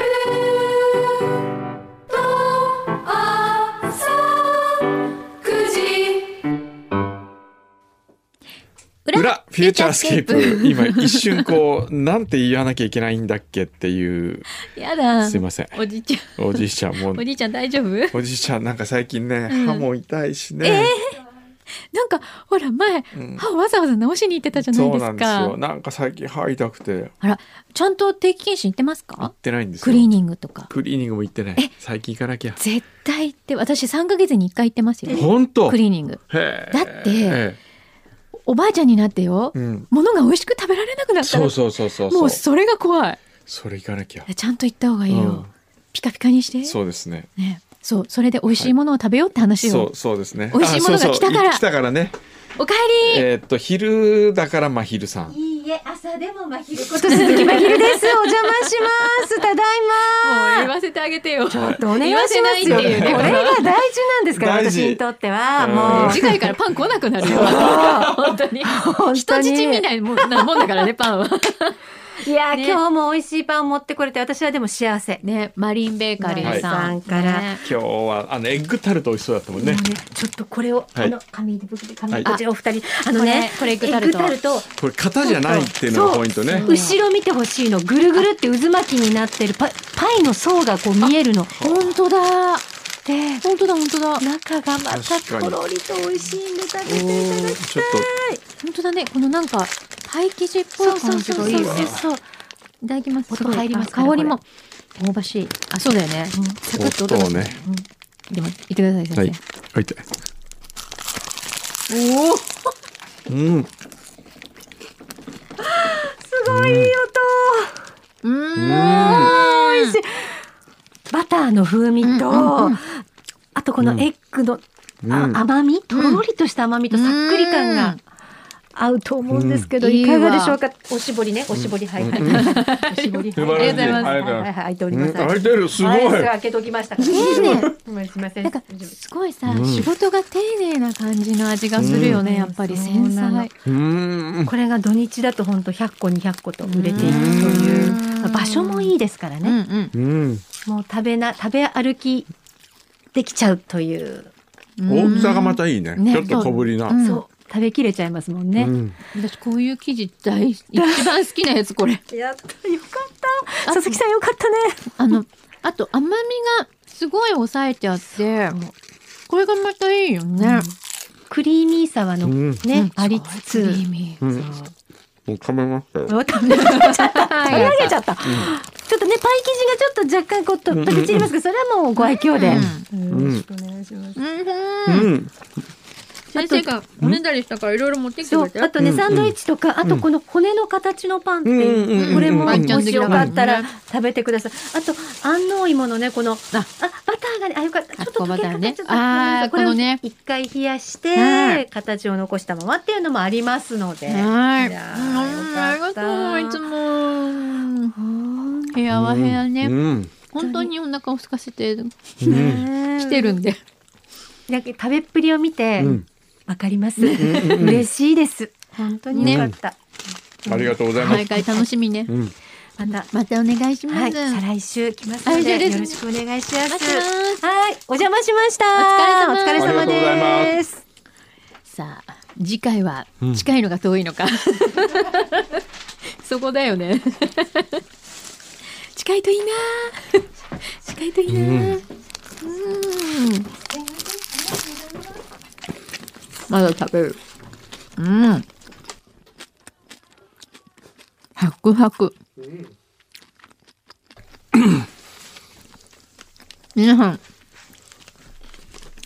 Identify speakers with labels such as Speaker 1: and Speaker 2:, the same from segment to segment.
Speaker 1: 「とあさ9時」
Speaker 2: 裏
Speaker 3: 裏フューチャースケープ今一瞬こうなんて言わなきゃいけないんだっけっていう
Speaker 2: やだ
Speaker 3: すいません
Speaker 2: おじいちゃ
Speaker 3: おじいちゃんもうん
Speaker 2: おじいちゃん大丈夫なん
Speaker 3: おじいちゃんなんか最近ね
Speaker 2: ん
Speaker 3: 歯も痛いしね、
Speaker 2: かほら前
Speaker 3: うん
Speaker 2: 歯をわざわざ直しに行ってたじゃない
Speaker 3: そう
Speaker 2: で
Speaker 3: な
Speaker 2: す
Speaker 3: んですよ
Speaker 2: か
Speaker 3: なんか最近歯痛くて
Speaker 2: あらちゃんと定期検診行ってます
Speaker 3: 行っ
Speaker 2: か
Speaker 3: てないんですよ
Speaker 2: クリーニングとか
Speaker 3: クリーニングも行ってない
Speaker 2: え
Speaker 3: 最近行かなきゃ
Speaker 2: 絶対行って私3ヶ月に1回行ってますよ
Speaker 3: 本当
Speaker 2: クリーニング
Speaker 3: へえ
Speaker 2: だって
Speaker 3: え
Speaker 2: おばあちゃんになってよ
Speaker 3: えうん
Speaker 2: 物が美味しく食べられなくなったら
Speaker 3: そうそうそうそう
Speaker 2: も
Speaker 3: そう
Speaker 2: うそれが怖い
Speaker 3: それ行かなきゃ
Speaker 2: ちゃんと行った方がいいよ、
Speaker 3: うん
Speaker 2: ピカピカにして
Speaker 3: そうですね
Speaker 2: ね、そうそれで美味しいものを食べようって話を、
Speaker 3: そうそうですね
Speaker 2: 美味しいものが来たから
Speaker 3: あそうそう来たからね
Speaker 2: おかえり
Speaker 3: えーっと昼だからまあ昼さん
Speaker 1: いいえ朝でもまひるこ
Speaker 4: と鈴木まひるです。お邪魔します。ただい
Speaker 2: もう言
Speaker 4: ま。
Speaker 2: わせてあげてよ
Speaker 4: ちょっとお願いします
Speaker 2: 言
Speaker 4: よ。
Speaker 2: わ
Speaker 4: こ
Speaker 2: せない
Speaker 4: れ
Speaker 2: って
Speaker 4: が
Speaker 2: いうね
Speaker 4: 大事なんですから、
Speaker 3: 大事
Speaker 4: 私にとっては。
Speaker 3: うん
Speaker 4: もう。
Speaker 2: 次回からパン来なくなるよ本当に
Speaker 4: 本当
Speaker 2: 人
Speaker 4: に
Speaker 2: 質みたいなもんなもんだから ねパンは
Speaker 4: いや、
Speaker 2: ね
Speaker 4: 今日も美味しいパンを持ってこれて、私はでも幸せ。
Speaker 2: ねマリンベーカリーさん,ね、
Speaker 4: マリンさんから
Speaker 3: 今日はあのエッグタルト美味しそうだったもんね
Speaker 4: もうねちょっとこれを、
Speaker 3: はい
Speaker 4: あの、紙で、僕で、紙
Speaker 3: は
Speaker 4: で、
Speaker 3: い
Speaker 4: こちらお二人、あのね、
Speaker 2: これエッグタルト
Speaker 4: エッグタルト
Speaker 3: これ型じゃないっていうのがポイントね
Speaker 2: そう
Speaker 4: 後ろ見てほしいの、ぐるぐるって渦巻きになってるパ、パイの層がこう見えるの。
Speaker 2: 本当だ
Speaker 4: で、
Speaker 2: 本当だ本当だ
Speaker 4: 中がまた
Speaker 3: 確かに
Speaker 4: とろりと美味しいんで食べ
Speaker 3: お
Speaker 4: ていただき
Speaker 3: ー
Speaker 4: たい
Speaker 3: ちょっ
Speaker 2: 本当だねこのなんかパイ生地っぽい感じがいいわ
Speaker 4: そうそうそうそう
Speaker 2: いただきます
Speaker 4: 音入りますから
Speaker 2: 香りも香ばしいあそうだよね、サクッと音が
Speaker 3: 音をね
Speaker 2: うんでも言ってください先
Speaker 3: と
Speaker 2: 生、
Speaker 3: はい入って
Speaker 4: おおす
Speaker 3: うん
Speaker 4: ごいいい音、
Speaker 2: うーん
Speaker 4: 美味しいバターの風味と、あとこのエッグの、あ
Speaker 3: うん
Speaker 4: 甘みとろりとした甘みとさっくり感が合うと思うんですけど、
Speaker 2: うん
Speaker 4: いかがでしょうかおしぼりねおしぼりはいはい、おしぼり
Speaker 3: 素晴らしい
Speaker 4: はは
Speaker 3: ありがとうご
Speaker 4: い
Speaker 3: ざいます
Speaker 4: はいはい開いており
Speaker 3: う
Speaker 4: ま
Speaker 3: ん
Speaker 4: す、
Speaker 3: 開いてるすごい
Speaker 4: はい開けときましたから
Speaker 2: いいね
Speaker 4: うんすいません
Speaker 2: なんかすごいさ、
Speaker 3: うん
Speaker 2: 仕事が丁寧な感じの味がするよね、
Speaker 4: うん
Speaker 2: やっぱり
Speaker 4: そう
Speaker 2: 繊
Speaker 4: なの
Speaker 2: 細
Speaker 3: うん
Speaker 4: これが土日だと本当100個200個と売れていくという
Speaker 2: うん
Speaker 4: 場所もいいですからね、
Speaker 2: ん
Speaker 3: うん
Speaker 4: もう食べな食べ歩きできちゃうという、
Speaker 3: 大きさがまたいいね
Speaker 2: ね
Speaker 3: ちょっと小ぶりな
Speaker 2: うん
Speaker 4: そう食べきれちゃいますもん
Speaker 3: う
Speaker 4: ね。
Speaker 3: ん
Speaker 2: 私こういう生地大一番好きなやつこれ
Speaker 4: やったよかった佐々木さんよかったね。
Speaker 2: あのあと甘みがすごい抑えてあってこれがまたいいよね、
Speaker 4: クリーミーさはの
Speaker 3: うん
Speaker 4: ね、ありつ
Speaker 2: ク
Speaker 4: つ
Speaker 2: リーミー
Speaker 3: うんもう噛めましたよ
Speaker 4: わかんない取り
Speaker 2: はい
Speaker 4: 上げちゃった。ちょっとねパイ生地がちょっと若干こうと
Speaker 3: ん
Speaker 4: 飛び散りますけどそれはもうご愛嬌で。
Speaker 3: ん
Speaker 4: よろしくお願いします。
Speaker 2: うん
Speaker 3: うん
Speaker 2: 先生がおねだりしたからいろいろ持ってきて
Speaker 4: そ
Speaker 2: く
Speaker 4: う
Speaker 2: れた
Speaker 4: あ
Speaker 2: よ
Speaker 4: とね
Speaker 3: うん
Speaker 4: サンドイッチとかあとこの骨の形のパンって
Speaker 3: うんうん
Speaker 4: いううんこれも
Speaker 3: ワンちゃ
Speaker 4: も
Speaker 2: ん
Speaker 4: し
Speaker 2: 的な
Speaker 4: よかったら
Speaker 2: ね
Speaker 4: 食べてください。あと安納芋のねこのあバターがねあよかったちょっと溶けかかっち
Speaker 2: あ
Speaker 4: ゃった
Speaker 2: このバターねあーこのね
Speaker 4: 一回冷やし
Speaker 2: は
Speaker 4: て形を残したままっていうのもありますので。
Speaker 2: はい
Speaker 4: や
Speaker 2: う
Speaker 4: ー
Speaker 2: んあり
Speaker 4: よか
Speaker 2: が
Speaker 4: った
Speaker 2: とういつも
Speaker 4: うん
Speaker 2: 部屋は部屋ね、
Speaker 3: うん
Speaker 2: 本当にお腹を空かせて
Speaker 3: うん
Speaker 2: 来てるんで、
Speaker 4: だけ食べっぷりを見て
Speaker 3: う
Speaker 4: わ、
Speaker 3: ん
Speaker 4: かります、嬉しいです本当に
Speaker 2: ね
Speaker 4: よかった、
Speaker 3: ありがとうございま
Speaker 2: 毎
Speaker 3: す
Speaker 2: 回楽しみね
Speaker 3: うん
Speaker 4: また
Speaker 2: またお願いし
Speaker 4: は
Speaker 2: ま
Speaker 4: い
Speaker 2: す、
Speaker 4: 再来週来ますの
Speaker 2: 来週
Speaker 4: で
Speaker 2: ですね
Speaker 4: よろしくお願いしま
Speaker 2: 待って
Speaker 4: す
Speaker 2: ます
Speaker 4: はいお邪魔しました
Speaker 2: お疲れ様
Speaker 4: お疲れ様です
Speaker 2: さあ次回は近いのか遠いのか、 そこだよね 近いといいな 近いといいなうんまだ食べるうんハクハク皆さん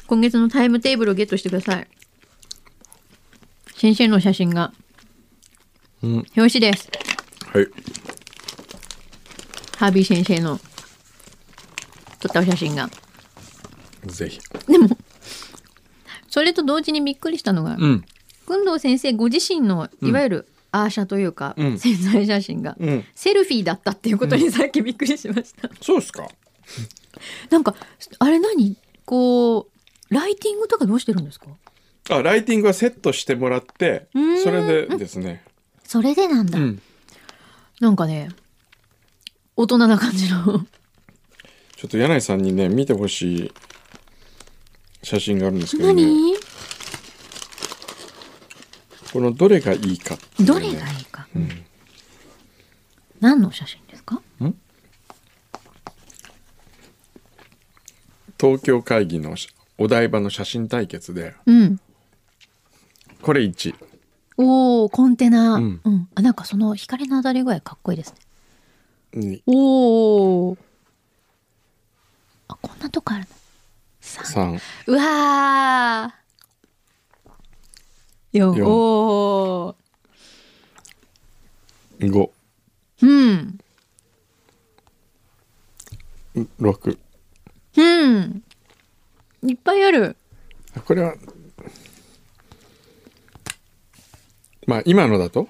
Speaker 2: 今月のタイムテーブルをゲットしてください先生の写真が
Speaker 3: うん
Speaker 2: 表紙です
Speaker 3: はい
Speaker 2: ハービー先生の撮ったお写真が
Speaker 3: ぜひ
Speaker 2: でもそそれと同時にびっくりしたのが、
Speaker 3: うん
Speaker 2: 工藤先生ご自身の
Speaker 3: うん
Speaker 2: いわゆるアーシャというか、
Speaker 3: うん
Speaker 2: 潜在写真が、
Speaker 3: うん
Speaker 2: セルフィーだったっていうことにさっきびっくりしました。
Speaker 3: そうですか
Speaker 2: なんかあれ何こうライティングとかどうしてるんですか？
Speaker 3: あライティングはセットしてもらって
Speaker 2: うーん
Speaker 3: それでですね
Speaker 2: それでなんだ。
Speaker 3: うん
Speaker 2: なんかね大人な感じの
Speaker 3: ちょっと柳井さんにね見てほしい写真があるんですけどね
Speaker 2: 何？
Speaker 3: このどれがいいかっていうね
Speaker 2: どれがいいか。何の写真ですか？
Speaker 3: 東京会議のしお台場の写真対決で
Speaker 2: うん。
Speaker 3: これ1
Speaker 2: おおコンテナ。う
Speaker 3: うんん、
Speaker 2: あなんかその光の当たり具合かっこいいですね。
Speaker 3: 2
Speaker 2: おお。あこんなとこあるの。三。
Speaker 3: 3
Speaker 2: うわー。よ
Speaker 3: 四
Speaker 2: おー。
Speaker 3: 5
Speaker 2: うん。
Speaker 3: 6
Speaker 2: うん。いっぱいある。
Speaker 3: あこれはまあ今のだと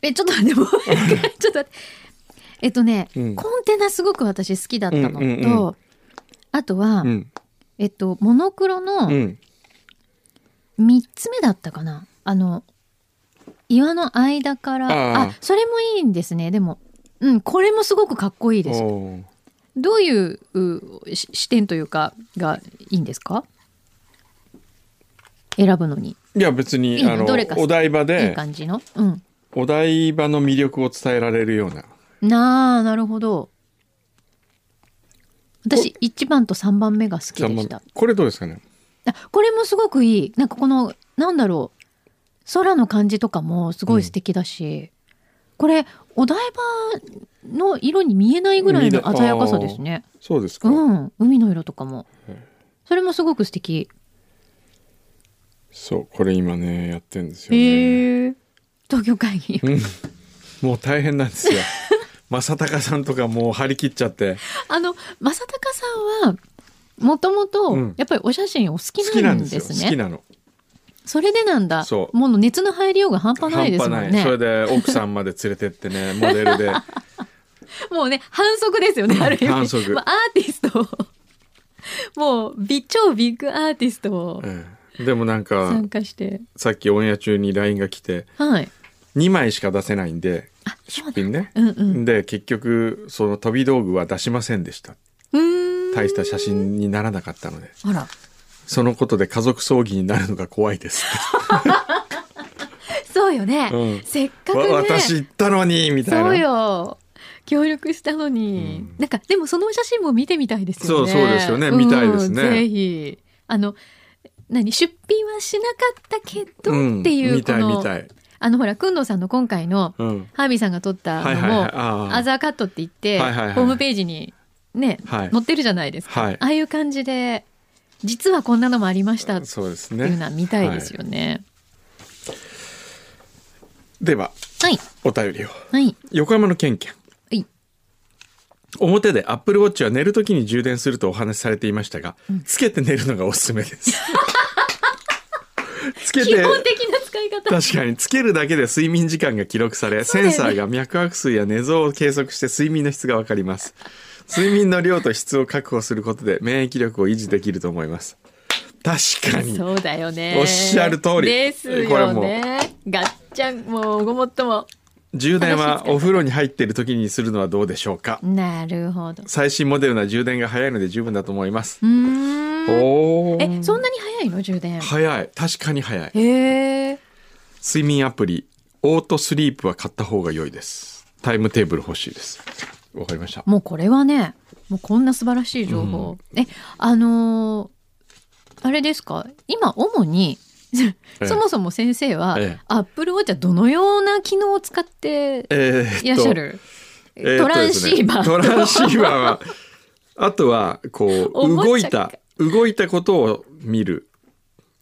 Speaker 2: え、ちょっと待っ て、もう一回、ちょっと待って。えっとね、
Speaker 3: うん
Speaker 2: コンテナすごく私好きだったのと、
Speaker 3: うんうんう
Speaker 2: あとは、
Speaker 3: うん
Speaker 2: えっと、モノクロ
Speaker 3: う
Speaker 2: の
Speaker 3: ん
Speaker 2: 3つ目だったかな。あの、岩の間から、あ
Speaker 3: あー
Speaker 2: それもいいんですね。でも、うん、これもすごくかっこいいです。
Speaker 3: おー
Speaker 2: どういううし視点というかがいいんですか選ぶのに
Speaker 3: いや別に
Speaker 2: いいの
Speaker 3: あの
Speaker 2: どれか
Speaker 3: お台場
Speaker 2: いい
Speaker 3: で
Speaker 2: 感じの、うん
Speaker 3: お台場の魅力を伝えられるような
Speaker 2: なあなるほど私1番と3番目が好きでした
Speaker 3: これどうですかね
Speaker 2: あこれもすごくいいなんかこのなんだろう空の感じとかもすごい素敵だし、これお台場の色に見えないぐらいの鮮やかさですね
Speaker 3: そうですか、
Speaker 2: うん海の色とかもそれもすごく素敵
Speaker 3: そうこれ今ねやってんですよね、
Speaker 2: へえ東京会議
Speaker 3: もう大変なんですよ正隆さんとかもう張り切っちゃって
Speaker 2: あの正隆さんはもともと
Speaker 3: うん
Speaker 2: やっぱりお写真お好
Speaker 3: 好
Speaker 2: き
Speaker 3: き
Speaker 2: な
Speaker 3: なん
Speaker 2: で
Speaker 3: んですよ
Speaker 2: すね、
Speaker 3: 好きなの
Speaker 2: それでなんだ
Speaker 3: そう
Speaker 2: もう熱の入りようが半端ないですもんね
Speaker 3: それで奥さんまで連れてっ てねモデルで
Speaker 2: もうね反則ですよねある意味
Speaker 3: 反則
Speaker 2: まあ、アーティストを もうび超ビッグアーティストを
Speaker 3: うんでもなんか
Speaker 2: 参加して、
Speaker 3: さっきオンエア中に LINE が来て
Speaker 2: はい
Speaker 3: 2枚しか出せないんで
Speaker 2: あそうだ
Speaker 3: ピンね、
Speaker 2: うんうん
Speaker 3: で結局その飛び道具は出しませんでした
Speaker 2: うーん
Speaker 3: 大した写真にならなかったので
Speaker 2: あら
Speaker 3: そのことで家族葬儀になるのが怖いです
Speaker 2: そうよね、
Speaker 3: うん
Speaker 2: せっかく
Speaker 3: わ
Speaker 2: ね
Speaker 3: 私行ったのにみたいな
Speaker 2: そうよ協力したのに、なんかでもそのお写真も見てみたいですよね
Speaker 3: そうそうですよね見たいですね
Speaker 2: うんぜひあの何出品はしなかったけど、
Speaker 3: うん
Speaker 2: っていう
Speaker 3: み
Speaker 2: こ
Speaker 3: たい
Speaker 2: の
Speaker 3: みたい、
Speaker 2: あのほらくんどうさんの今回の
Speaker 3: うん、
Speaker 2: ハービーさんが撮った
Speaker 3: はい
Speaker 2: の
Speaker 3: はいはい
Speaker 2: も
Speaker 3: あー
Speaker 2: アザーカットって言って、
Speaker 3: はいはいはい
Speaker 2: ホームページにね、
Speaker 3: はい
Speaker 2: 載ってるじゃないですか、
Speaker 3: はい
Speaker 2: ああいう感じで実はこんなのもありましたって
Speaker 3: そうです
Speaker 2: いうの
Speaker 3: ね
Speaker 2: は見たいですよね
Speaker 3: では
Speaker 2: はい
Speaker 3: お便りを
Speaker 2: はい
Speaker 3: 横浜のケンケン
Speaker 2: はい
Speaker 3: 表でアップルウォッチは寝るときに充電するとお話しされていましたが、つけて寝るのがおすすめです つけ
Speaker 2: 基
Speaker 3: て
Speaker 2: 本的な使い方
Speaker 3: 確かにつけるだけで睡眠時間が記録され、
Speaker 2: そうだよ
Speaker 3: セ
Speaker 2: ね
Speaker 3: ンサーが脈拍数や寝相を計測して睡眠の質がわかります睡眠の量と質を確保することで免疫力を維持できると思います確かに
Speaker 2: そうだよね。
Speaker 3: おっしゃる通り
Speaker 2: ですよね。
Speaker 3: これも
Speaker 2: ガッチャン、もうごもっとも。
Speaker 3: 充電はお風呂に入っている時にするのはどうでしょうか
Speaker 2: なるほど。
Speaker 3: 最新モデルな充電が早いので十分だと思います
Speaker 2: うーん。
Speaker 3: おー
Speaker 2: え、そんなに早いの充電。
Speaker 3: 早い確かに早い
Speaker 2: へえ。
Speaker 3: 睡眠アプリオートスリープは買った方が良いですタイムテーブル欲しいですわかりました
Speaker 2: もうこれはね、もうこんな素晴らしい情報。え、あのーあれですか。今主に。
Speaker 3: え
Speaker 2: そもそも先生は、
Speaker 3: ええ
Speaker 2: アップルウォッチはどのような機能を使って
Speaker 3: えーっと
Speaker 2: いらっしゃる、
Speaker 3: えーっと
Speaker 2: トランシーバー
Speaker 3: ですねトランシーバー はあとはこう
Speaker 2: お
Speaker 3: 動
Speaker 2: も
Speaker 3: い
Speaker 2: ちゃか
Speaker 3: た動いたことを見る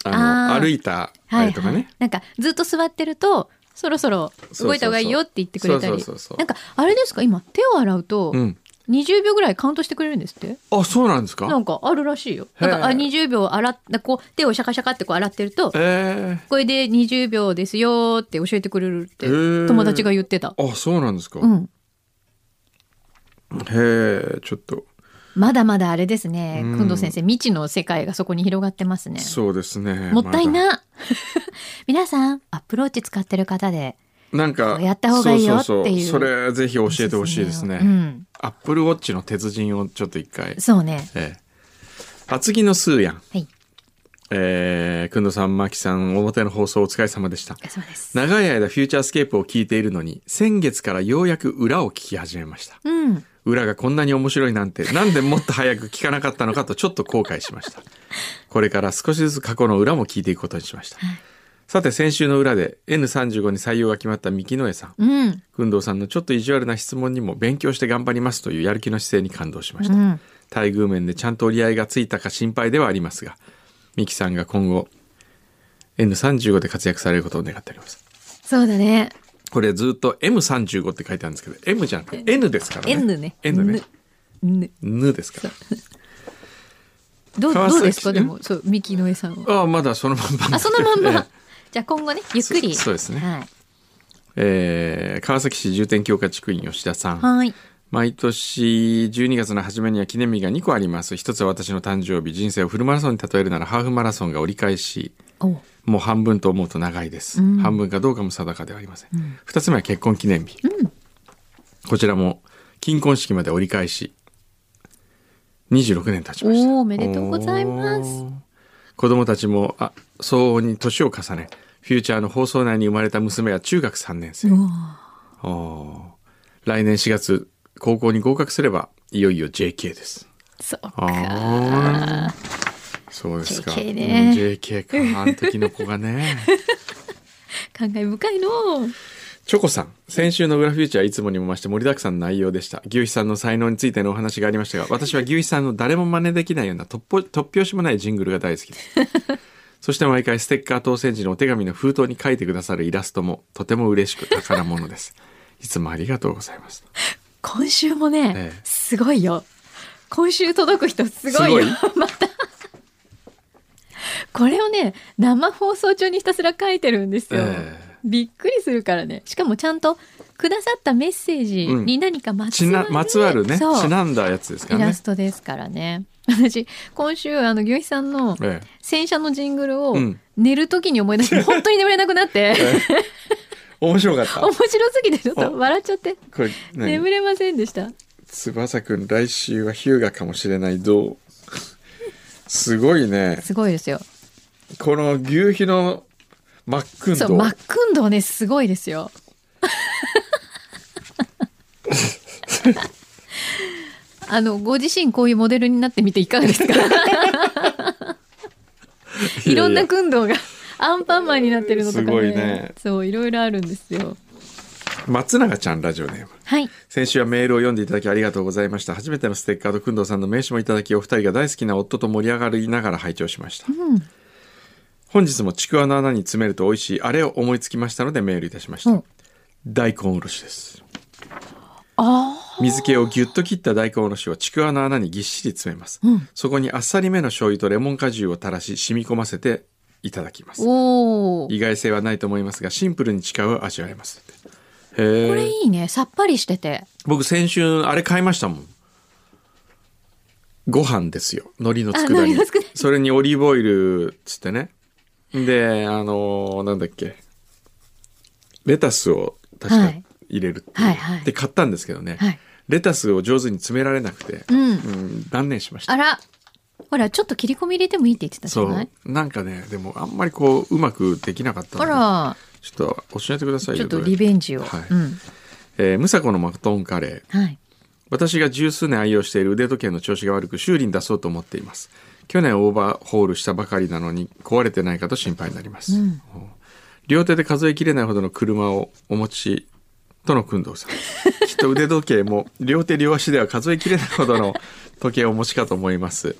Speaker 3: あの
Speaker 2: あー
Speaker 3: 歩いたあれとかね、
Speaker 2: なんかずっと座ってるとそろそろ動いた方がいいよって言ってくれたり
Speaker 3: そうそうそうそうそうそうそう
Speaker 2: なんかあれですか今手を洗うと、
Speaker 3: うん
Speaker 2: 20秒ぐらいカウントしてくれるんですって
Speaker 3: あ、そうなんです
Speaker 2: な
Speaker 3: か
Speaker 2: んかあるらしいよ
Speaker 3: へ
Speaker 2: な
Speaker 3: え
Speaker 2: んかあ20秒洗ってこう手をシャカシャカってこう洗ってると
Speaker 3: え
Speaker 2: これで20秒ですよって教えてくれるって
Speaker 3: へえ
Speaker 2: 友達が言ってた
Speaker 3: えあ、そうなんですか、
Speaker 2: うん
Speaker 3: へえ、ちょっと。
Speaker 2: まだまだあれですね
Speaker 3: うん
Speaker 2: 工藤先生未知の世界がそこに広がってますね
Speaker 3: そうですね。
Speaker 2: もったい
Speaker 3: まだ。
Speaker 2: な 皆さんアプローチ使ってる方で
Speaker 3: なんか、
Speaker 2: そうやった方がいいよ
Speaker 3: そ
Speaker 2: っ
Speaker 3: うそうそう
Speaker 2: ていう
Speaker 3: それ、ぜひ教えてほしいですね。
Speaker 2: うん、
Speaker 3: アップルウォッチの鉄人をちょっと一回。
Speaker 2: そうね
Speaker 3: ええ。厚木のスーヤン。
Speaker 2: はい
Speaker 3: えー、くんどさん、まきさん、表の放送お疲れ様でした。
Speaker 2: そうです
Speaker 3: 長い間フューチャースケープを聞いているのに、先月からようやく裏を聞き始めました。
Speaker 2: うん
Speaker 3: 裏がこんなに面白いなんて、なんでもっと早く聞かなかったのかとちょっと後悔し ました。これから少しずつ過去の裏も聞いていくことにしました。さて、先週の裏で N35 に採用が決まった三木野絵さん。
Speaker 2: うん
Speaker 3: くんどうさんのちょっと意地悪な質問にも勉強して頑張りますというやる気の姿勢に感動しました。
Speaker 2: うん
Speaker 3: 待遇面でちゃんと折り合いがついたか心配ではありますが、ミキさんが今後、N35 で活躍されることを願っております。
Speaker 2: そうだね
Speaker 3: これずっと M35 って書いてあるんですけど、M じゃなくて N ですからね。
Speaker 2: N ね
Speaker 3: N ね。
Speaker 2: ね
Speaker 3: ぬですから。
Speaker 2: どう
Speaker 3: 川
Speaker 2: ど
Speaker 3: 崎
Speaker 2: うですか
Speaker 3: ん
Speaker 2: でもそうミキの絵さんは
Speaker 3: ああ、まだそのまんまなんで。
Speaker 2: あそのまん
Speaker 3: え
Speaker 2: ま
Speaker 3: え。
Speaker 2: じゃあ今後ねゆっくり
Speaker 3: そそうですね
Speaker 2: はい
Speaker 3: えー川崎市重点強化地区員吉田さん。
Speaker 2: はい
Speaker 3: 毎年12月の初めには記念日が2個あります。一つは私の誕生日、人生をフルマラソンに例えるならハーフマラソンが折り返し、
Speaker 2: お
Speaker 3: もう半分と思うと長いです。半分かどうかも定かではありません。二、つ目は結婚記念日。こちらも、金婚式まで折り返し、26年経ちました。
Speaker 2: おーおめでとうございます
Speaker 3: おー。子供たちも、あ、相応に年を重ね、フューチャーの放送内に生まれた娘は中学3年生。おー来年4月、高校に合格すれば、いよいよ JK です。
Speaker 2: そう
Speaker 3: ああ。そうですか。
Speaker 2: JK ね
Speaker 3: うん JK か。あの時の子 がね。
Speaker 2: 感慨深いの
Speaker 3: チョコさん。先週のグラフューチャーいつもにも増して盛りだくさんの内容でした。牛肥さんの才能についてのお話がありましたが、私は牛肥さんの誰も真似できないような突破突拍子もないジングルが大好き です。そして毎回ステッカー当選時のお手紙の封筒に書いてくださるイラストもとても嬉しく宝物です。いつもありがとうございます。
Speaker 2: 今週もね、
Speaker 3: ええ
Speaker 2: すごいよ今週届く人すごいよ
Speaker 3: す
Speaker 2: またこれをね生放送中にひたすら書いてるんですよ、
Speaker 3: ええ
Speaker 2: びっくりするからねしかもちゃんとくださったメッセージに何かまつ
Speaker 3: ち
Speaker 2: わる,、
Speaker 3: な、まつわるね、
Speaker 2: そう
Speaker 3: ちなんだやつですか
Speaker 2: イ
Speaker 3: ら
Speaker 2: ラ
Speaker 3: ね
Speaker 2: ス。トですからね私今週あの牛肥さんの
Speaker 3: ええ
Speaker 2: 洗車のジングルを
Speaker 3: うん
Speaker 2: 寝る時に思い出して、 本当に眠れなくなって、
Speaker 3: 面白かっ
Speaker 2: 面白すぎてちょっと
Speaker 3: お
Speaker 2: 笑っちゃって
Speaker 3: これ、何
Speaker 2: 眠れませんでした
Speaker 3: 翼くん来週はヒューガかもしれないどう すごいね
Speaker 2: すごいですよ
Speaker 3: この牛皮のマックン
Speaker 2: そう
Speaker 3: ド
Speaker 2: マックンドーねすごいですよ あのご自身こういうモデルになってみていかがですかいろんな訓導がアンパンマンになってるのとかね
Speaker 3: すごいね
Speaker 2: そういろいろあるんですよ
Speaker 3: 松永ちゃんラジオネーム
Speaker 2: はい
Speaker 3: 先週はメールを読んでいただきありがとうございました初めてのステッカーとくんどうさんの名刺もいただきお二人が大好きな夫と盛り上がりながら拝聴しました、本日もちくわの穴に詰めると美味しいあれを思いつきましたのでメールいたしました、
Speaker 2: うん
Speaker 3: 大根おろしです
Speaker 2: あ
Speaker 3: 水気をぎゅっと切った大根おろしをちくわの穴にぎっしり詰めます、そこにあっさりめの醤油とレモン果汁を垂らし染み込ませていただきます
Speaker 2: おお
Speaker 3: 意外性はないと思いますがシンプルに力を味わえますへ
Speaker 2: これ
Speaker 3: え
Speaker 2: いいねさっぱりしてて
Speaker 3: 僕先週あれ買いましたもんご飯ですよ海苔の佃
Speaker 2: あ海
Speaker 3: 煮
Speaker 2: 苔の佃煮
Speaker 3: それにオリーブオイルつってねであのーなんだっけレタスを確
Speaker 2: は
Speaker 3: か
Speaker 2: い
Speaker 3: 入れるって
Speaker 2: はいはい
Speaker 3: で買ったんですけどね、
Speaker 2: はい
Speaker 3: レタスを上手に詰められなくて、
Speaker 2: うん
Speaker 3: うん断念しました
Speaker 2: あらほらちょっと切り込み入れてもいいって言ってたじ
Speaker 3: そ
Speaker 2: ゃな
Speaker 3: う
Speaker 2: い
Speaker 3: なんかねでもあんまりこううまくできなかった
Speaker 2: あ
Speaker 3: の
Speaker 2: ら
Speaker 3: でちょっと教えてください
Speaker 2: ちょ
Speaker 3: よ
Speaker 2: っとリベンジを、
Speaker 3: はい
Speaker 2: うん
Speaker 3: えー、ムサコのマトンカレー。
Speaker 2: はい
Speaker 3: 私が十数年愛用している腕時計の調子が悪く修理に出そうと思っています。去年オーバーホールしたばかりなのに壊れてないかと心配になります。お両手で数えきれないほどの車をお持ちとの訓導 さん。きっと腕時計も両手両足では数えきれないほどの時計をお持ちかと思います。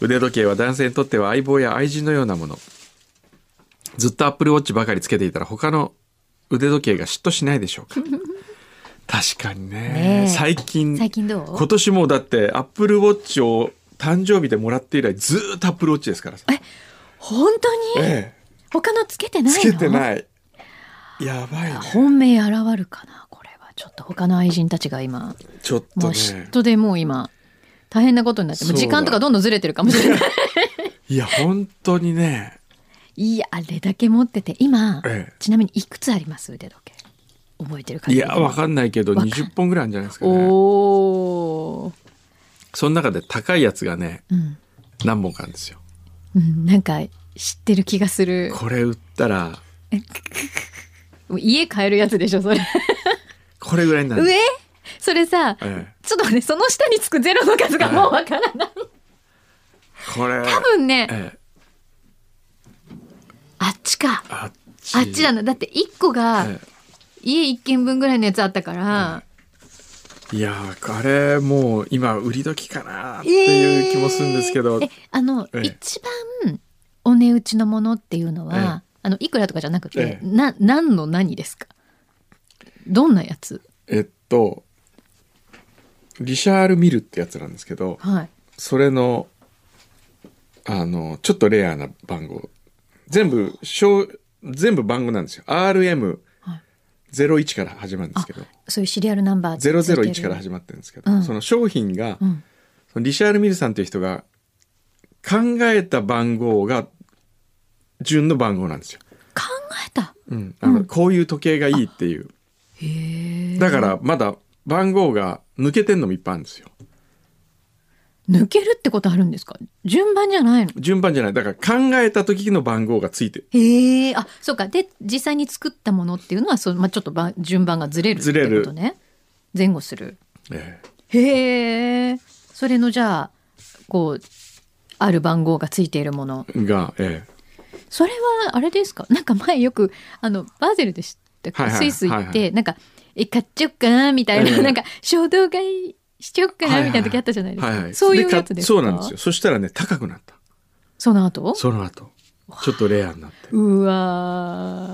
Speaker 3: 腕時計は男性にとっては相棒や愛人のようなもの。ずっとアップルウォッチばかりつけていたら他の腕時計が嫉妬しないでしょうか。確かにね
Speaker 2: ねえ
Speaker 3: 最近
Speaker 2: 最近どう
Speaker 3: 今年もうだってアップルウォッチを誕生日でもらって以来ずーっとアップルウォッチですからさ、
Speaker 2: 本当に、
Speaker 3: ええ
Speaker 2: 他のつけてない
Speaker 3: つ
Speaker 2: の
Speaker 3: けてないやばいね
Speaker 2: 本命現るかなこれはちょっと他の愛人たちが今
Speaker 3: ちょっ
Speaker 2: も
Speaker 3: と
Speaker 2: う嫉
Speaker 3: ね
Speaker 2: 妬でもう今大変なことになってもう
Speaker 3: そうだ
Speaker 2: 時間とかどんどんずれてるかもし れない
Speaker 3: いや本当にね
Speaker 2: いやあれだけ持ってて今、
Speaker 3: ええ
Speaker 2: ちなみにいくつあります腕時計覚えてる感
Speaker 3: い
Speaker 2: じ
Speaker 3: やわかんないけど
Speaker 2: わかん
Speaker 3: 20本ぐらいあるんじゃないですかね
Speaker 2: おー
Speaker 3: その中で高いやつがね
Speaker 2: うん、
Speaker 3: 何本かあるんですよ
Speaker 2: うん、なんか知ってる気がする
Speaker 3: これ売ったら
Speaker 2: 家買えるやつでしょそれ
Speaker 3: これぐらいになる
Speaker 2: 上それさ、
Speaker 3: ええ
Speaker 2: ちょっとねその下につくゼロの数がもうわからない
Speaker 3: これ
Speaker 2: 多分ね、
Speaker 3: ええ
Speaker 2: あっちか
Speaker 3: あっち
Speaker 2: あっちなのだって1個が
Speaker 3: え
Speaker 2: 家1軒分ぐらいのやつあったから、
Speaker 3: えいやーあれもう今売り時かなっていう気もするんですけど、
Speaker 2: えあの、
Speaker 3: ええ
Speaker 2: 一番お値打ちのものっていうのは、あのいくらとかじゃなくて、
Speaker 3: ええ
Speaker 2: な何の何ですかどんなやつ
Speaker 3: えっとリシャール・ミルってやつなんですけど
Speaker 2: はい
Speaker 3: それのあのちょっとレアな番号全部小全部番号なんですよ RM01
Speaker 2: はい
Speaker 3: から始まるんですけど、
Speaker 2: そういうシリアルナンバー
Speaker 3: 001から
Speaker 2: ま
Speaker 3: 始まってるんですけど、
Speaker 2: うん
Speaker 3: その商品が、
Speaker 2: うん
Speaker 3: そのリシャール・ミルさんという人が考えた番号が順の番号なんですよ。
Speaker 2: 考えた
Speaker 3: うん、あの
Speaker 2: うん
Speaker 3: こういう時計がいいっていう
Speaker 2: へえ
Speaker 3: だからまだ番号が抜けてんのもいっぱいあるんですよ
Speaker 2: 抜けるってことあるんですか順番じゃないの
Speaker 3: 順番じゃないだから考えた時の番号がついて
Speaker 2: へえあそうかで実際に作ったものっていうのはそう、まあ、ちょっとば順番がずれるって
Speaker 3: ずれる
Speaker 2: ことね前後する
Speaker 3: ええ
Speaker 2: へえそれのじゃあこうある番号がついているもの
Speaker 3: が、ええ
Speaker 2: それはあれですかなんか前よくあのバーゼルでしたっけ、
Speaker 3: はいはい
Speaker 2: スイス行って、
Speaker 3: はいは
Speaker 2: なんかえ買っちゃおっかなみたいな、
Speaker 3: ええ
Speaker 2: なんか衝動買いしちゃおっかなみたいな時あったじゃないですか、
Speaker 3: はいはい
Speaker 2: そういうやつですか
Speaker 3: そうなんですよそしたらね高くなった
Speaker 2: その後
Speaker 3: その後ちょっとレアになって
Speaker 2: うわ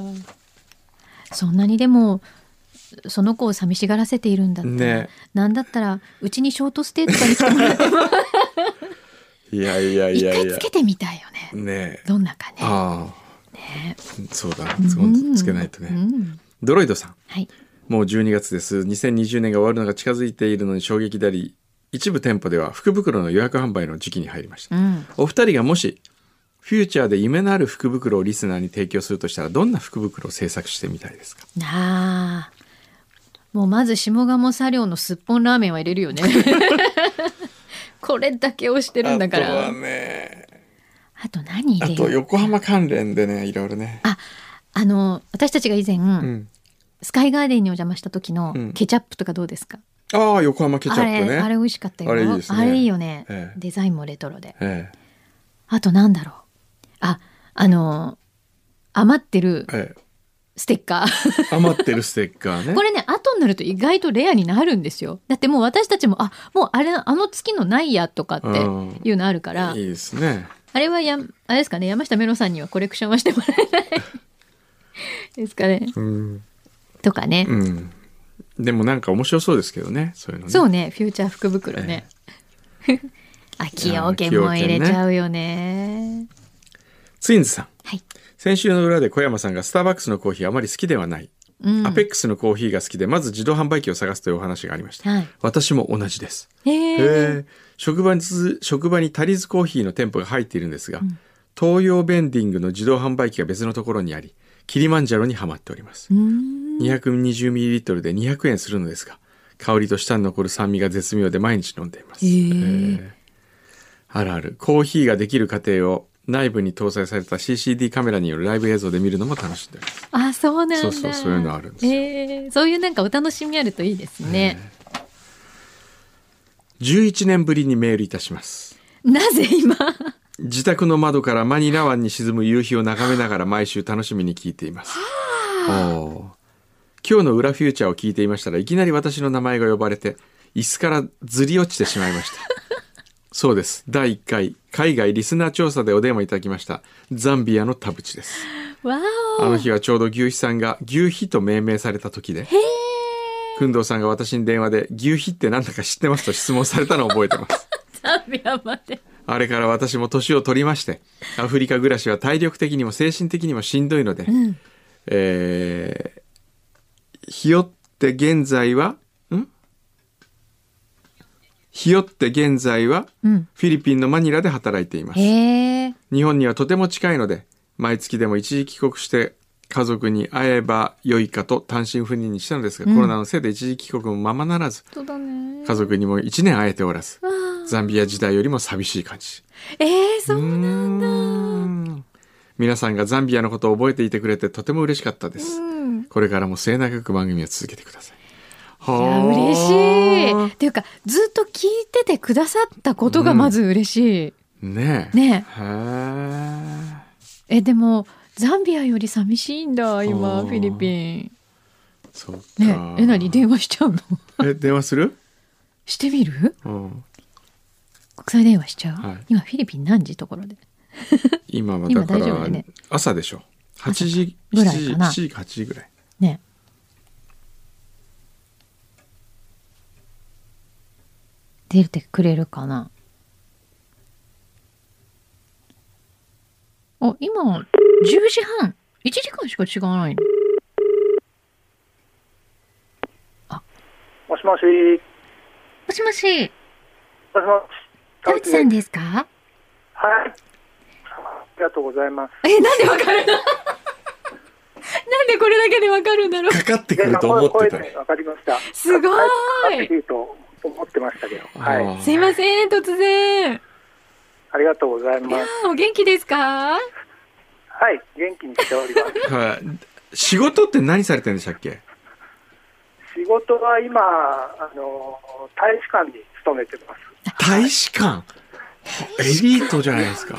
Speaker 2: ーそんなにでもその子を寂しがらせているんだったら、
Speaker 3: ね
Speaker 2: なんだったらうちにショートステーとかに来てもらっても
Speaker 3: いやい やい
Speaker 2: 一
Speaker 3: やい
Speaker 2: 回
Speaker 3: や
Speaker 2: つけてみたいよね
Speaker 3: ねえ
Speaker 2: どんなかね
Speaker 3: ああ、そうだ
Speaker 2: うん
Speaker 3: つけないとね、
Speaker 2: うん
Speaker 3: ドロイドさん
Speaker 2: はい
Speaker 3: もう12月です。2020年が終わるのが近づいているのに衝撃であり、一部店舗では福袋の予約販売の時期に入りました。
Speaker 2: うん
Speaker 3: お二人がもし、フューチャーで夢のある福袋をリスナーに提供するとしたら、どんな福袋を制作してみたいですか
Speaker 2: なあもうまず下鴨茶寮のすっぽんラーメンは入れるよ ねこれだけ押してるんだからあと,、
Speaker 3: ね、
Speaker 2: 何入れよう
Speaker 3: 横浜関連でね、いろいろね。
Speaker 2: ああの私たちが以前、
Speaker 3: うん。
Speaker 2: スカイガーデンにお邪魔した時の
Speaker 3: うん
Speaker 2: ケチャップとかどうですか、
Speaker 3: ああ、横浜ケチャップね。
Speaker 2: あれあれ美味しかったよ
Speaker 3: あれいいですね
Speaker 2: あれいいよね、
Speaker 3: ええ
Speaker 2: デザインもレトロで
Speaker 3: え
Speaker 2: あとなんだろうああの余ってる
Speaker 3: ええ
Speaker 2: ステッカー
Speaker 3: え余ってるステッカーね。
Speaker 2: これね後になると意外とレアになるんですよだってもう私たちもあもうあれあの月のないやとかって
Speaker 3: うん
Speaker 2: いうのあるから、
Speaker 3: いいですね。
Speaker 2: あれはやあれですかね山下メロさんにはコレクションはしてもらえ ないですかね
Speaker 3: うん。
Speaker 2: とかね、
Speaker 3: うん。でもなんか面白そうですけどね、そういうのね。
Speaker 2: そうねフューチャー福袋 ね、あ崎陽軒も入れちゃうよね
Speaker 3: ツインズさん。
Speaker 2: はい
Speaker 3: 先週の裏で小山さんがスターバックスのコーヒーあまり好きではない、
Speaker 2: うん
Speaker 3: アペックスのコーヒーが好きでまず自動販売機を探すというお話がありました、
Speaker 2: はい
Speaker 3: 私も同じです
Speaker 2: へえ
Speaker 3: へえ職場につ職場にタリーズコーヒーの店舗が入っているんですが、東洋ベンディングの自動販売機が別のところにありキリマンジャロにはまっております、220ml で200円するのですが香りと舌に残る酸味が絶妙で毎日飲んでいます、
Speaker 2: へえ
Speaker 3: えあるあるコーヒーができる過程を内部に搭載された CCD カメラによるライブ映像で見るのも楽しんでおり
Speaker 2: あ
Speaker 3: ます
Speaker 2: そうなんだ
Speaker 3: そうそうそういうのあるんですよ
Speaker 2: へえそういうなんかお楽しみあるといいですね、
Speaker 3: 11年ぶりにメールいたします
Speaker 2: なぜ今
Speaker 3: 自宅の窓からマニラ湾に沈む夕日を眺めながら毎週楽しみに聞いていますおー今日の「裏フューチャー」を聞いていましたらいきなり私の名前が呼ばれて椅子からずり落ちてしまいましたそうです第1回海外リスナー調査でお電話いただきましたザンビアの田淵です
Speaker 2: わ
Speaker 3: あ
Speaker 2: お
Speaker 3: の日はちょうど牛皮さんが牛皮と命名された時でくんどうさんが私に電話で、牛皮ってなんだか知ってますと質問されたのを覚えてます。
Speaker 2: ザビアまで。
Speaker 3: あれから私も年を取りまして、アフリカ暮らしは体力的にも精神的にもしんどいので、えーひよって現在は、んひよって現在は、
Speaker 2: うん
Speaker 3: フィリピンのマニラで働いています。
Speaker 2: へえ。
Speaker 3: 日本にはとても近いので毎月でも一時帰国して家族に会えば良いかと単身赴任にしたのですが、コロナのせいで一時帰国もままならず
Speaker 2: そうだね。
Speaker 3: 家族にも1年会えておらずザンビア時代よりも寂しい感じ
Speaker 2: えー、そう
Speaker 3: うーん皆さんがザンビアのことを覚えていてくれてとても嬉しかったです、これからも末永く番組を続けてください
Speaker 2: いや嬉しい。っていうか、ずっと聞いててくださったことがまず嬉しい。
Speaker 3: いねえ
Speaker 2: ね
Speaker 3: へえ
Speaker 2: え、でも、ザンビアより寂しいんだ、今、
Speaker 3: うん
Speaker 2: フィリピ
Speaker 3: そうか
Speaker 2: ン。ねえ、なに電話しちゃうの
Speaker 3: え電話する、
Speaker 2: してみる
Speaker 3: うん
Speaker 2: 国際電話しちゃう、
Speaker 3: はい
Speaker 2: 今、フィリピン何時ところで。
Speaker 3: 今は
Speaker 2: 今
Speaker 3: だか
Speaker 2: 大丈夫だ
Speaker 3: ら
Speaker 2: ね
Speaker 3: 朝でしょ8時
Speaker 2: ぐ
Speaker 3: 7
Speaker 2: らい
Speaker 3: 時
Speaker 2: かな
Speaker 3: 7時か8時ぐらい
Speaker 2: ねえ出てくれるかなあ今10時半1時間しか違わないの
Speaker 5: もしもし。
Speaker 2: もしもし
Speaker 5: もしもし。
Speaker 2: 田口さんですか
Speaker 5: はい。ありがとうございます。
Speaker 2: えなんでわかるのなんでこれだけでわかるんだろう
Speaker 6: かかってくると思ってた
Speaker 5: 声でわかりました。
Speaker 2: すご
Speaker 5: はい。
Speaker 2: い
Speaker 5: いと思ってましたけど。は
Speaker 3: あ
Speaker 5: い。
Speaker 3: ー
Speaker 2: すいません突然
Speaker 5: ありがとうござい
Speaker 2: いや
Speaker 5: ます。
Speaker 2: ーお元気ですか
Speaker 5: はい。元気にしております。
Speaker 3: はい仕事って何されてるんでしたっけ
Speaker 5: 仕事は今、あの、大使館に勤めてます。
Speaker 3: 大使館エリートじゃないですか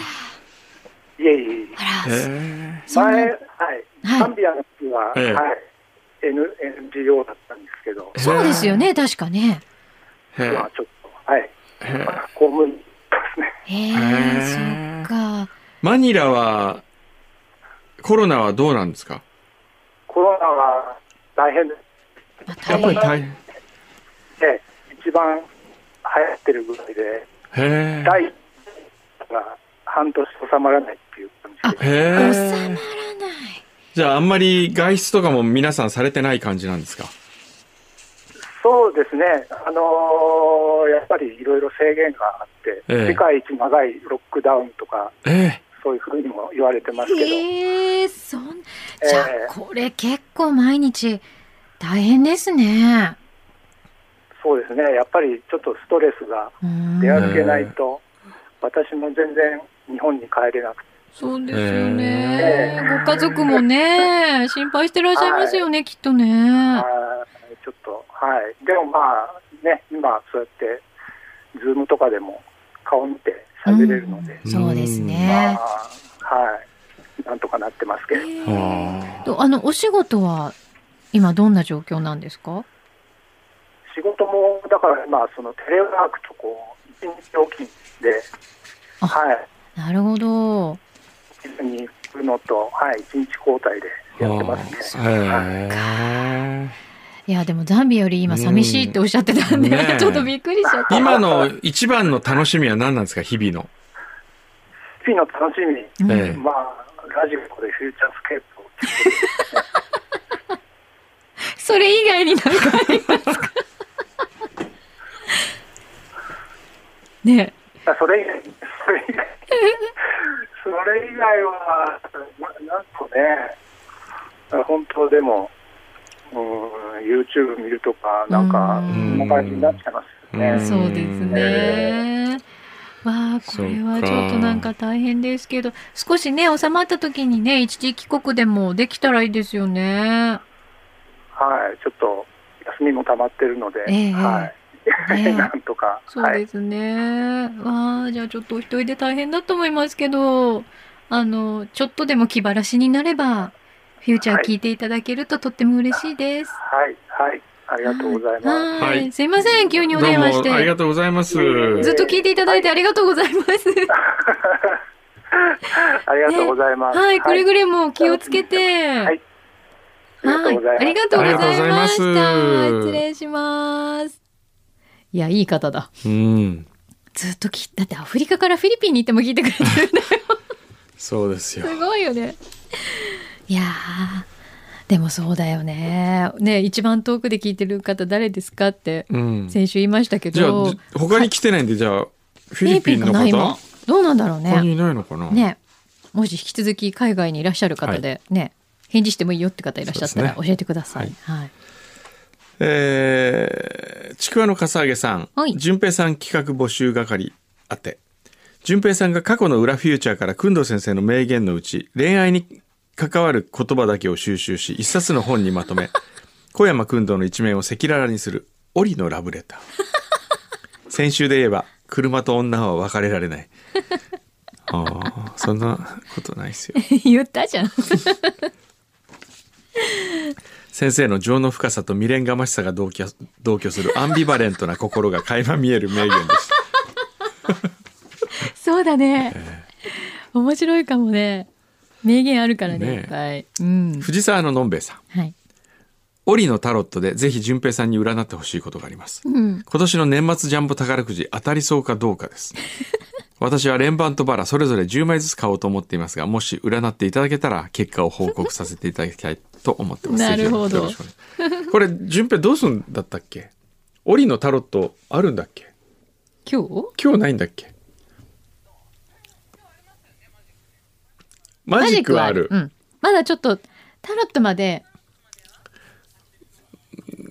Speaker 5: いえいえいえ。
Speaker 2: あら
Speaker 3: へ
Speaker 2: そん
Speaker 5: 前、は。
Speaker 2: ないはい
Speaker 5: ザンビアの時は、
Speaker 3: ええ
Speaker 5: はい。N、NGO だったんですけど、
Speaker 2: そうですよね確かね
Speaker 3: えへ
Speaker 5: 今はちょっと、はい。
Speaker 3: え
Speaker 5: 公務員ですね。
Speaker 2: へえ
Speaker 3: へ
Speaker 2: そ
Speaker 3: ー
Speaker 2: っか
Speaker 3: マニラはコロナはどうなんですか
Speaker 5: コロナは大変です。
Speaker 2: まあ
Speaker 3: や
Speaker 2: 大
Speaker 3: っぱり
Speaker 2: 変
Speaker 3: 大変へ
Speaker 5: ええ一番流行ってるぐらいで、
Speaker 3: え
Speaker 5: 第一が半年収まらないっていう感じで、
Speaker 3: へ
Speaker 2: 収ま
Speaker 3: え
Speaker 2: らない。
Speaker 3: じゃああんまり外出とかも皆さんされてない感じなんですか
Speaker 5: そうですね、あのーやっぱりいろいろ制限があって、
Speaker 3: ええ
Speaker 5: 世界一長いロックダウンとか、
Speaker 3: え
Speaker 5: そういうふうにも言われてますけど、
Speaker 2: へえ、そん、じゃあ
Speaker 5: ええ
Speaker 2: これ結構毎日大変ですね。
Speaker 5: そうですね、やっぱりちょっとストレスが
Speaker 2: うん
Speaker 5: 出歩けないと、私も全然日本に帰れなくて、
Speaker 2: そうですよね
Speaker 5: え。
Speaker 2: ご家族もね、心配してらっしゃいますよね、きっとね
Speaker 5: あ。ーちょっと、はい、でもまあ、ね、今、そうやって、ズームとかでも顔見て喋れるので。
Speaker 2: うんそうですね。
Speaker 5: あーはい。なんとかなってますけど、
Speaker 3: えあ
Speaker 2: とあのお仕事は今どんな状況なんですか？
Speaker 5: 仕事もだから今そのテレワークとこう一日料金で、
Speaker 2: あ
Speaker 5: はい、
Speaker 2: なるほど。
Speaker 5: 一緒に行くのと、はい、一日交代でやってますね。はい
Speaker 3: へえ
Speaker 2: いやでもザンビより今寂しいっておっしゃってたんで、
Speaker 3: うんねえ
Speaker 2: ちょっとびっくりしちゃった。
Speaker 3: 今の一番の楽しみは何なんですか日々の。
Speaker 5: 次の楽しみ、
Speaker 3: ええ
Speaker 5: まあラジコでフューチャースケープを
Speaker 2: それ以外に何かありますかね
Speaker 5: あそれ以外、それ以 外、それ以外はななんとね、本当でも。うん YouTube 見るとか、 なんか、
Speaker 2: うん
Speaker 5: そんな感じになっちゃいますよ
Speaker 3: う
Speaker 2: え、
Speaker 3: ん
Speaker 5: ね。
Speaker 2: そうですね。わあ、これはちょっとなんか大変ですけど、少しね、収まった時にね、一時帰国でもできたらいいですよね。
Speaker 5: はい、ちょっと休みも溜まってるので、
Speaker 2: ええ
Speaker 5: はい、
Speaker 2: ねえ
Speaker 5: なんとか、
Speaker 2: そう
Speaker 5: は
Speaker 2: で
Speaker 5: い、
Speaker 2: すね。わあ、じゃあちょっとお一人で大変だと思いますけど、あの、ちょっとでも気晴らしになれば、フューチャー聞いていただけるととっても嬉しいです。
Speaker 5: はい、はい、ありがとうございます。
Speaker 2: は
Speaker 3: は
Speaker 2: ーい。
Speaker 3: い
Speaker 2: すいません、急に
Speaker 3: ど
Speaker 2: お
Speaker 3: う
Speaker 2: 電話し
Speaker 3: もあ
Speaker 2: て
Speaker 3: りが。とうございます。
Speaker 2: ずっと聞いていただいてありがとうございます。
Speaker 5: ありがとうございます。
Speaker 2: はい、くれぐれも気をつけて。
Speaker 5: はい
Speaker 7: りがとうございます。
Speaker 2: ありがとうございまし
Speaker 3: あり
Speaker 2: た。
Speaker 3: がとうございます
Speaker 2: 失礼します。いや、いい方だ。
Speaker 3: うん。
Speaker 2: ずっとき、だってアフリカからフィリピンに行っても聞いてくれてるん だよ。
Speaker 3: そうですよ。
Speaker 2: すごいよね。いやーでもそうだよね。ね、一番遠くで聞いてる方誰ですかって
Speaker 3: うん。
Speaker 2: 先週言いましたけ
Speaker 3: じゃあ
Speaker 2: ど、
Speaker 3: じ他に来てないんで、じゃあフィリピンの
Speaker 2: かな
Speaker 3: 方
Speaker 2: 今どうなんだろう
Speaker 3: 他に
Speaker 2: ね。
Speaker 3: いないのかな。
Speaker 2: ね、もし引き続き海外にいらっしゃる方で、ね、返事してもいいよって方いらっしゃったら
Speaker 3: そ
Speaker 2: 教
Speaker 3: うですね
Speaker 2: えてください。はい。
Speaker 3: えーちくわのかさあげさん
Speaker 2: はい、
Speaker 3: 淳平さん企画募集係あて、淳平さんが過去の裏フューチャーから工藤先生の名言のうち、恋愛に関わる言葉だけを収集し、一冊の本に まとめ、小山工藤の一面を赤裸々にする、折のラブレター。先週で言えば、車と女は別れられない。ああ、そんなことないですよ。
Speaker 2: 言った じゃん。
Speaker 3: 先生の情の深さと未練がましさが同居同居するアンビバレントな心が垣間見える名言で した。
Speaker 2: そうだね。面白いかもね。名言あるからね、
Speaker 3: ねえ
Speaker 2: いっぱい。うん。
Speaker 3: 藤沢ののんべえさん。
Speaker 2: はい。
Speaker 3: 折のタロットでぜひ順平さんに占ってほしいことがあります。
Speaker 2: うん。
Speaker 3: 今年の年末ジャンボ宝くじ当たりそうかどう かです。私は連番とバラそれぞれ10枚ずつ買おうと思っていますが、もし占っていただけたら結果を報告させていただきたいと思ってます。
Speaker 2: なるほど
Speaker 3: ぜひよろしくお願いしますこれ、順平どうするんだったっけ折のタロットあるんだっけ
Speaker 2: 今日
Speaker 3: 今日ないんだっけマジックはある
Speaker 2: う。ん。まだちょっと、タロットまで、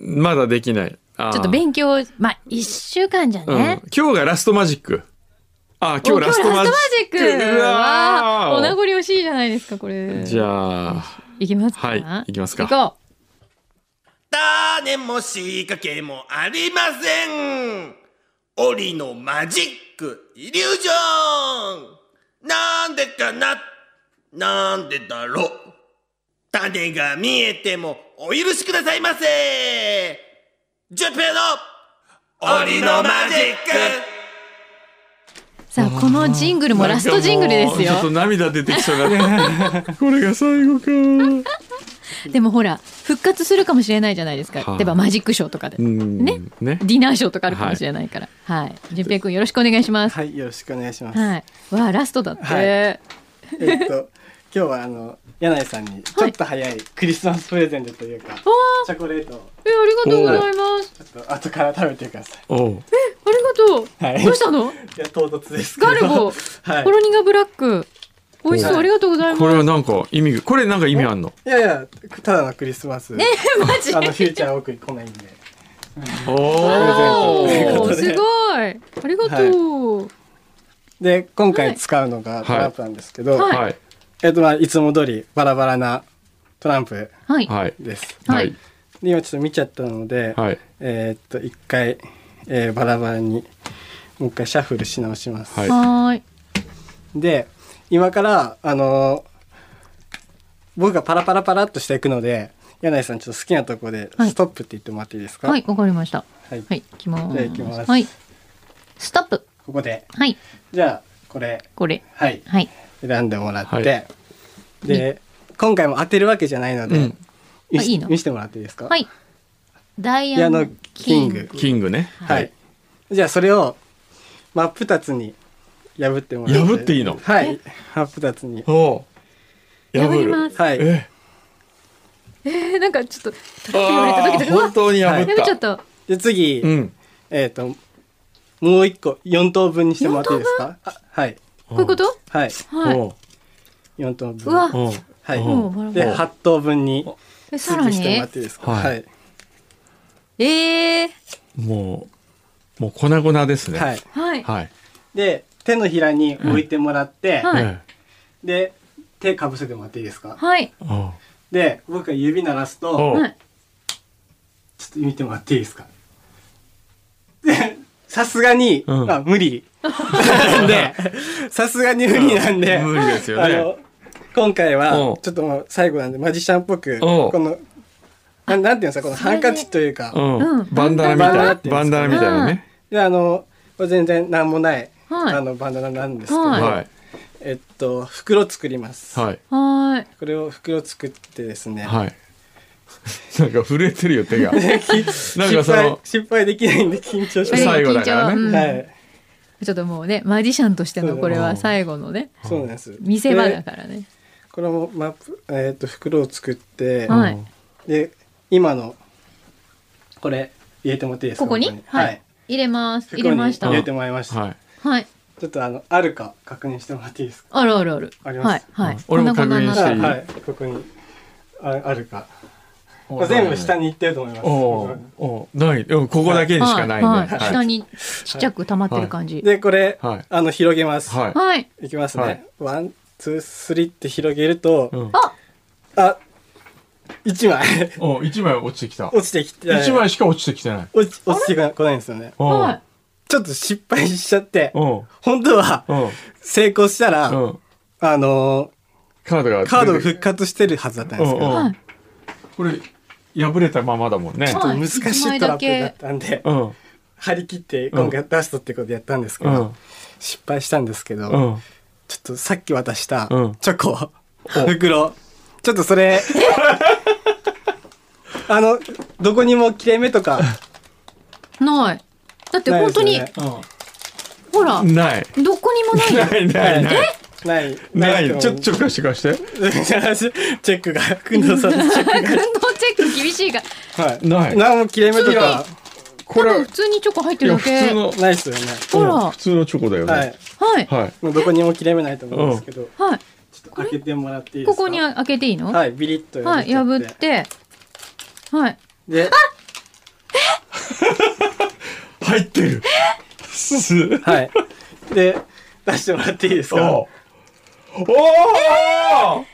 Speaker 3: まだできない。あー
Speaker 2: ちょっと勉強、まあ、一週間じゃ
Speaker 3: うん
Speaker 2: ね。
Speaker 3: 今日がラストマジック。あー、今
Speaker 2: お
Speaker 3: 日ラストマジック。
Speaker 2: 今日ラストマジック
Speaker 3: う
Speaker 2: わ
Speaker 3: わ
Speaker 2: ー
Speaker 3: ー
Speaker 2: お名残惜しいじゃないですか、これ。
Speaker 3: じゃあ、
Speaker 2: いきますか
Speaker 3: はいいきますか
Speaker 2: 行こ
Speaker 8: 種も仕掛けもありません檻のマジックイリュージョンなんでかななんでだろう種が見えてもお許しくださいませジュンペイの檻のマジック
Speaker 2: うさあ、このジングルもラストジングルですよ
Speaker 3: なんかもうちょっ。と涙出てきそう だね。これが最後か。
Speaker 2: でもほら、復活するかもしれないじゃないですか。
Speaker 3: はい
Speaker 2: 例えばマジックショーとかで。ね
Speaker 3: ね。ね。
Speaker 2: ディナーショーとかあるかもしれないから。はい。淳平くんよろしくお願いします。
Speaker 5: はい、よろしくお願いします。
Speaker 2: はい。わあ、ラストだって。
Speaker 5: はいえっと、今日はあの、柳井さんにちょっと早いクリスマスプレゼントというか、
Speaker 2: おー
Speaker 5: チョコレートを
Speaker 2: え、ありがとうございます。
Speaker 5: ちょっと後から食べてくださ
Speaker 3: おう。
Speaker 2: ありがとう。
Speaker 5: はい
Speaker 2: どうしたの
Speaker 5: い。いや、唐突ですけど。
Speaker 2: ガルボ、
Speaker 5: はい
Speaker 2: ポ。ロニガブラック。美味しそう、
Speaker 5: はい
Speaker 2: ありがとうございます。
Speaker 3: これはなんか意味が、これなんか意味あんの
Speaker 5: いやいや、ただのクリスマス。え、
Speaker 2: マジ
Speaker 5: あの、フューチャー奥に来ないんで。
Speaker 3: お
Speaker 5: プレゼント
Speaker 2: お
Speaker 3: お
Speaker 5: と
Speaker 2: ー
Speaker 5: い
Speaker 2: す
Speaker 5: う
Speaker 2: ご
Speaker 5: こ
Speaker 2: い。ありがとう。
Speaker 5: で、今回使うのがトランプなんですけど、
Speaker 2: はい
Speaker 3: はい。
Speaker 5: えっと、まあ、いつも通りバラバラなトランプ
Speaker 2: はい。
Speaker 3: はい。
Speaker 5: です。
Speaker 2: は
Speaker 3: はいい。
Speaker 5: で、今ちょっと見ちゃったので、
Speaker 3: はい。
Speaker 5: えーっと、一回、えーバラバラに、もう一回シャッフルし直します。
Speaker 3: はい。
Speaker 2: はーい。
Speaker 5: で今からあのー僕がパラパラパラっとしていくので柳井さんちょっと好きなとこで
Speaker 2: はい
Speaker 5: ストップって言ってもらっていいですか、
Speaker 2: はい、わかりました。
Speaker 5: はい
Speaker 2: はい、行きま。
Speaker 5: じゃあ行きますす
Speaker 2: はい。ストップ。
Speaker 5: ここで
Speaker 2: はい。
Speaker 5: じゃあこれ
Speaker 2: これ。
Speaker 5: はい
Speaker 2: はい。
Speaker 5: 選んでもらって、
Speaker 3: はい
Speaker 5: で今回も当てるわけじゃないので、
Speaker 3: うん
Speaker 5: 見
Speaker 2: あ
Speaker 5: せ
Speaker 2: いいの
Speaker 5: 見せてもらっていいですか
Speaker 2: はい。ダイ
Speaker 5: ピ
Speaker 2: ヤ
Speaker 5: ア
Speaker 2: の
Speaker 5: ノ
Speaker 2: キ
Speaker 5: キ
Speaker 2: ン
Speaker 5: ン
Speaker 2: グ
Speaker 5: グ。
Speaker 3: キングね。
Speaker 5: はい、じゃあそれを真っ二つに破ってもらって
Speaker 3: 破っていいの
Speaker 5: はい真っ二つに
Speaker 3: おう。破
Speaker 2: 破り
Speaker 3: る
Speaker 2: ます。
Speaker 5: はい
Speaker 3: え
Speaker 2: えー、なんかちょっと、
Speaker 3: え。
Speaker 2: 破れたド
Speaker 3: あ
Speaker 2: キ
Speaker 3: ー
Speaker 2: ドキうわ
Speaker 3: 本当に破
Speaker 2: や
Speaker 3: っ。
Speaker 2: めちゃったた。
Speaker 5: で次、
Speaker 3: うん。
Speaker 5: えっ、ともう一個四等分にしてもらっていいですかあはい
Speaker 2: こういうこと
Speaker 5: はい
Speaker 2: はい。
Speaker 3: おう
Speaker 5: 四等分
Speaker 2: うわ
Speaker 3: おう
Speaker 5: はい、
Speaker 2: おうバラバラ
Speaker 5: で八等分に
Speaker 2: で、さら
Speaker 5: 続きしても
Speaker 2: に
Speaker 5: らっ。ていいですか
Speaker 3: はい
Speaker 5: はい
Speaker 2: ええ。
Speaker 3: もう、もう粉々ですね。
Speaker 5: はい。
Speaker 2: はい。
Speaker 3: はい。
Speaker 5: で手のひらに置いてもらって、
Speaker 2: はい
Speaker 3: え
Speaker 5: で手かぶせてもらっていいですか
Speaker 2: はい。
Speaker 3: えおう
Speaker 5: で僕が指鳴らすと
Speaker 3: おう
Speaker 2: はい。
Speaker 5: ちょっと見てもらっていいですか でさすがに、
Speaker 3: うん
Speaker 5: あ無 理なんでさすがに無理なんで、
Speaker 3: 無理ですよ
Speaker 5: あ
Speaker 3: ね
Speaker 5: の。今回
Speaker 3: う
Speaker 5: は
Speaker 3: ん
Speaker 5: ちょっともう最後なんでマジシャンっぽく
Speaker 3: お
Speaker 5: このなんなんていうんですかこのハンカチというか
Speaker 3: う
Speaker 2: うんん。
Speaker 3: バンダナみたい
Speaker 5: バンダナ
Speaker 3: な
Speaker 5: っ。ていうんですか
Speaker 3: バンダナみたいなね。
Speaker 5: であのこれ全然何もない、
Speaker 2: はい
Speaker 5: あのバナナなんですけど、
Speaker 2: うん
Speaker 3: はい。
Speaker 5: えっと袋作ります、
Speaker 3: はい。
Speaker 2: はい。
Speaker 5: これを袋作ってですね、
Speaker 3: はい。 なんか震えてるよ 手がなんかそ
Speaker 5: 失敗
Speaker 3: の
Speaker 5: 失敗できないんで緊張しま
Speaker 2: 失敗
Speaker 5: す。
Speaker 3: 最後だから
Speaker 2: 緊
Speaker 3: ね、
Speaker 2: 張うん
Speaker 5: はい。
Speaker 2: ちょっともうねマジシャンとしてのこれは最後のね
Speaker 5: そうなんです。
Speaker 2: 見せ場だ
Speaker 5: で
Speaker 2: からね。
Speaker 5: これもマップえっと袋を作って、
Speaker 2: はい。
Speaker 5: で今のこれ入れてもらっていいですか。
Speaker 2: ここに
Speaker 5: は
Speaker 2: はいい。入れます。入
Speaker 5: 袋
Speaker 2: れ
Speaker 5: に
Speaker 2: ました。
Speaker 5: 入
Speaker 2: は
Speaker 5: れ
Speaker 2: い
Speaker 5: て。もらいました。
Speaker 3: はい
Speaker 5: ちょっとあのあるか確認してもらっていいですか。
Speaker 2: あるあるある。
Speaker 5: あり
Speaker 2: は
Speaker 5: ま
Speaker 2: い
Speaker 5: す
Speaker 2: はい
Speaker 3: うん。俺も確認してい
Speaker 2: こんな
Speaker 3: い
Speaker 2: こんな
Speaker 5: はいここにああるか。これ全部下に行ってると思います
Speaker 3: おおうおうないうんここだけにしかないね
Speaker 2: はい
Speaker 3: はい
Speaker 2: 下にちっちゃく溜まってる感じ。。
Speaker 5: でこれ、
Speaker 3: はい
Speaker 5: あの広げます。
Speaker 3: はい
Speaker 2: はい。
Speaker 5: いきますね。
Speaker 3: はい
Speaker 5: ワン、ツー、スリーって広げると、
Speaker 3: うん
Speaker 5: あ、一枚
Speaker 3: お一枚落ちてきた
Speaker 5: 落ちてきて、
Speaker 3: 一枚しか落ちてきてない
Speaker 5: 落ち落ちてこないんですよね。
Speaker 3: おう
Speaker 2: はい。
Speaker 5: ちょっと失敗しちゃって、
Speaker 3: おう
Speaker 5: 本当は
Speaker 3: おう
Speaker 5: 成功したら、
Speaker 3: うん
Speaker 5: あの
Speaker 3: カードが
Speaker 5: ーカードが
Speaker 3: 出て
Speaker 5: 復活してるはずだったんですけ
Speaker 3: おうお
Speaker 5: ど、
Speaker 3: う
Speaker 2: はい
Speaker 3: これ破れたままだもんね
Speaker 2: はい
Speaker 5: 難しいトラップだったんで、
Speaker 3: うん
Speaker 5: 張り切って今回出すとってことでやったんですけ
Speaker 3: う
Speaker 5: ど、
Speaker 3: ん
Speaker 5: 失敗したんですけど、
Speaker 3: うん
Speaker 5: ちょっとさっき渡した
Speaker 3: うん
Speaker 5: チョコ、袋ちょっとそ れあのどこにも切れ目とか
Speaker 2: ない。だって
Speaker 5: ないで
Speaker 2: 本
Speaker 5: す
Speaker 2: 当
Speaker 5: よ
Speaker 2: に
Speaker 5: ね、
Speaker 2: ほら、
Speaker 3: ない
Speaker 2: どこにもないよ。
Speaker 3: ないないない
Speaker 5: ない
Speaker 3: ないちょち
Speaker 5: ょ
Speaker 3: ょっと貸して貸して
Speaker 5: チェックが工藤さんのチ ェッ
Speaker 2: 運動チェック厳しいが。
Speaker 5: クはい
Speaker 3: ない
Speaker 5: 何も切れ目とか
Speaker 3: これ
Speaker 2: 多分普通にチョコ入って
Speaker 3: い
Speaker 2: る
Speaker 3: や
Speaker 2: だ
Speaker 3: 普通
Speaker 2: け。
Speaker 3: の
Speaker 5: ないですよね
Speaker 2: ほら。
Speaker 3: うん
Speaker 2: は
Speaker 3: 普通のチョコだよね
Speaker 5: はい
Speaker 2: い。
Speaker 3: はい
Speaker 5: もうどこにも切れ目ないと思うんですけど、
Speaker 2: は
Speaker 5: ちょっと開けてもらっていい
Speaker 2: い。
Speaker 5: です
Speaker 2: こ
Speaker 5: か
Speaker 2: こに開けていいの
Speaker 5: はいビリッと破っ
Speaker 2: はい。
Speaker 5: ちゃ
Speaker 2: 破っ
Speaker 5: って
Speaker 2: て。はい。
Speaker 5: で
Speaker 3: 入ってるす
Speaker 5: はいで出してもらっていいですか
Speaker 3: おおお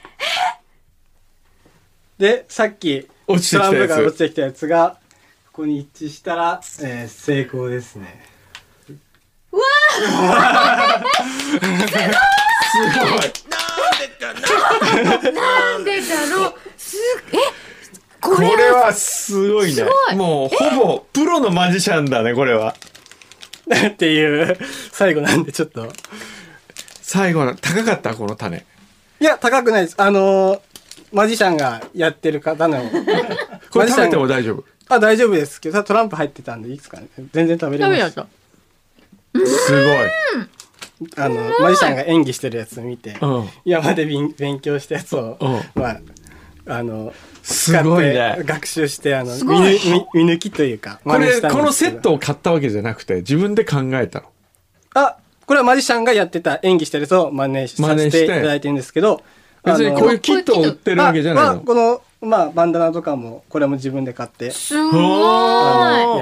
Speaker 5: でさっき
Speaker 3: 落ちて
Speaker 5: ト
Speaker 3: き
Speaker 5: ラン
Speaker 3: た
Speaker 5: プ
Speaker 3: や
Speaker 5: が落ち
Speaker 3: つ
Speaker 5: てきたやつがここに一致したら、えー成功ですね
Speaker 2: なんでだろう。す、え、こ
Speaker 3: こ
Speaker 2: れ
Speaker 3: れはすごいね
Speaker 2: すごい
Speaker 3: もうほぼプロのマジシャンだねこれは
Speaker 5: っていう最後なんでちょっと
Speaker 3: 最後の高かったこの種
Speaker 5: いや高くないですあのーマジシャンがやってる方の
Speaker 3: これ
Speaker 5: マジシ
Speaker 3: 食
Speaker 5: ャン
Speaker 3: べても大丈夫
Speaker 5: あ大丈夫ですけどトランプ入ってたんでいいですかね全然食べれ
Speaker 2: ダ
Speaker 5: ま
Speaker 2: メだっ
Speaker 5: す
Speaker 2: た。
Speaker 3: すごい
Speaker 5: あのマジシャンが演技してるやつ見て、
Speaker 3: うん
Speaker 5: 今まで勉勉強したやつを、
Speaker 3: うん
Speaker 5: まああの
Speaker 3: すごい
Speaker 5: 使って
Speaker 3: ね
Speaker 5: 学習してあの
Speaker 2: すごい
Speaker 5: 見ぬ見見抜きというか
Speaker 3: こ
Speaker 5: 真似
Speaker 3: れ
Speaker 5: したんですけど
Speaker 3: このセットを買ったわけじゃなくて自分で考えたの
Speaker 5: あ、これはマジシャンがやってた演技してるやつを真似さ
Speaker 3: 真
Speaker 5: せ
Speaker 3: 似してて
Speaker 5: いただいてるんですけど、
Speaker 3: 別にこういうキットを売ってるわけじゃない
Speaker 5: あまあ
Speaker 3: の
Speaker 5: この、まあ、バンダナとかも、これも自分で買って、
Speaker 2: すごい。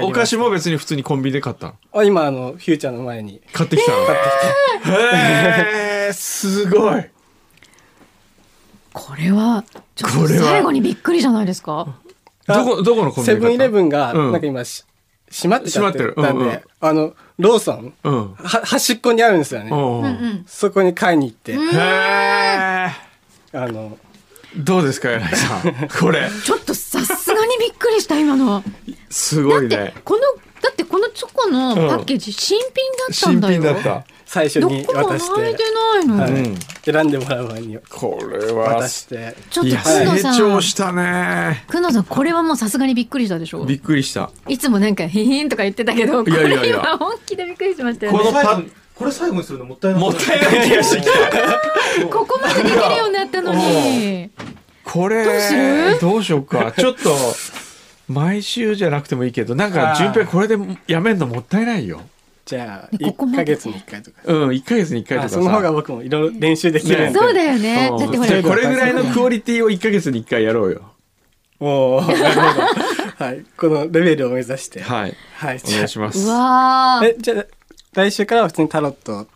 Speaker 3: お菓子も別に普通にコンビニで買ったの
Speaker 5: あ今、あの、フューチャーの前に。
Speaker 3: 買ってきたのへえすごい
Speaker 2: これは、ちょっ
Speaker 3: ことれは
Speaker 2: 最後にびっくりじゃないです か。
Speaker 3: どこどこのコンビ
Speaker 5: セ
Speaker 3: ニで
Speaker 5: ブン
Speaker 3: 買
Speaker 5: イ
Speaker 3: った
Speaker 5: レ
Speaker 3: の
Speaker 5: ブンが、
Speaker 3: うん
Speaker 5: なんか今し、閉まってたって言っ
Speaker 3: 閉ま
Speaker 5: た
Speaker 3: って
Speaker 5: ん
Speaker 3: る
Speaker 5: で、
Speaker 3: うんうん
Speaker 5: あの、ローソン、
Speaker 3: うん
Speaker 5: は端っこにあるんですよね。
Speaker 3: うんうん
Speaker 2: うん。
Speaker 5: そこに買いに行って、
Speaker 3: へえ
Speaker 5: あの、
Speaker 3: どうですか柳井さんこれ
Speaker 2: ちょっとさすがにびっくりした、今の。
Speaker 3: すごい
Speaker 2: だって
Speaker 3: ね
Speaker 2: このだってこのチョコのパッケージ新品だったん
Speaker 3: 新
Speaker 2: だよ、
Speaker 3: 品だった
Speaker 5: 最初
Speaker 2: ど
Speaker 5: に
Speaker 2: こも
Speaker 5: 渡し
Speaker 2: 流れ
Speaker 5: て
Speaker 2: て、ないの、
Speaker 5: はい
Speaker 3: うん
Speaker 5: 選んでもらう前に
Speaker 3: これは
Speaker 5: 渡して、
Speaker 2: ちょっ
Speaker 3: い
Speaker 2: と
Speaker 3: や
Speaker 2: 久野
Speaker 3: 成
Speaker 2: さ
Speaker 3: 長
Speaker 2: ん
Speaker 3: したね
Speaker 2: 久野さんこれはもうさすがにびっくりしたでしょ
Speaker 3: びっくりした
Speaker 2: いつもなんか「へへん」とか言ってたけどこ
Speaker 3: いやいやいや
Speaker 2: れ今本気でびっくりしましたよね
Speaker 3: このパン
Speaker 8: これ最後にするのもったいない
Speaker 3: もったいない気がしてきた
Speaker 2: ここまでできるようになったのに
Speaker 3: これ
Speaker 2: どうする
Speaker 3: どうしようかちょっと毎週じゃなくてもいいけどなんか順平これでやめんのもったいないよ
Speaker 5: じゃあ、
Speaker 2: でここ
Speaker 5: 1
Speaker 2: ま
Speaker 5: ヶ
Speaker 2: で
Speaker 5: 月に1回とか。
Speaker 3: うん1か月に1回と
Speaker 5: あ
Speaker 3: かさ
Speaker 5: その方が僕もいろいろ練習できるんで。
Speaker 3: ね
Speaker 2: そうだよねだってほ
Speaker 3: じゃあ
Speaker 2: ら
Speaker 3: これぐらいのクオリティを1か月に1回やろうよ
Speaker 5: おお、なるほど。はい、このレベルを目指して。い。
Speaker 3: はい
Speaker 5: はい、
Speaker 3: お
Speaker 5: じゃ
Speaker 3: 願
Speaker 5: あ
Speaker 3: いしま
Speaker 2: う
Speaker 3: す
Speaker 2: わー
Speaker 5: え、じゃあ、来週からは普通にタロット。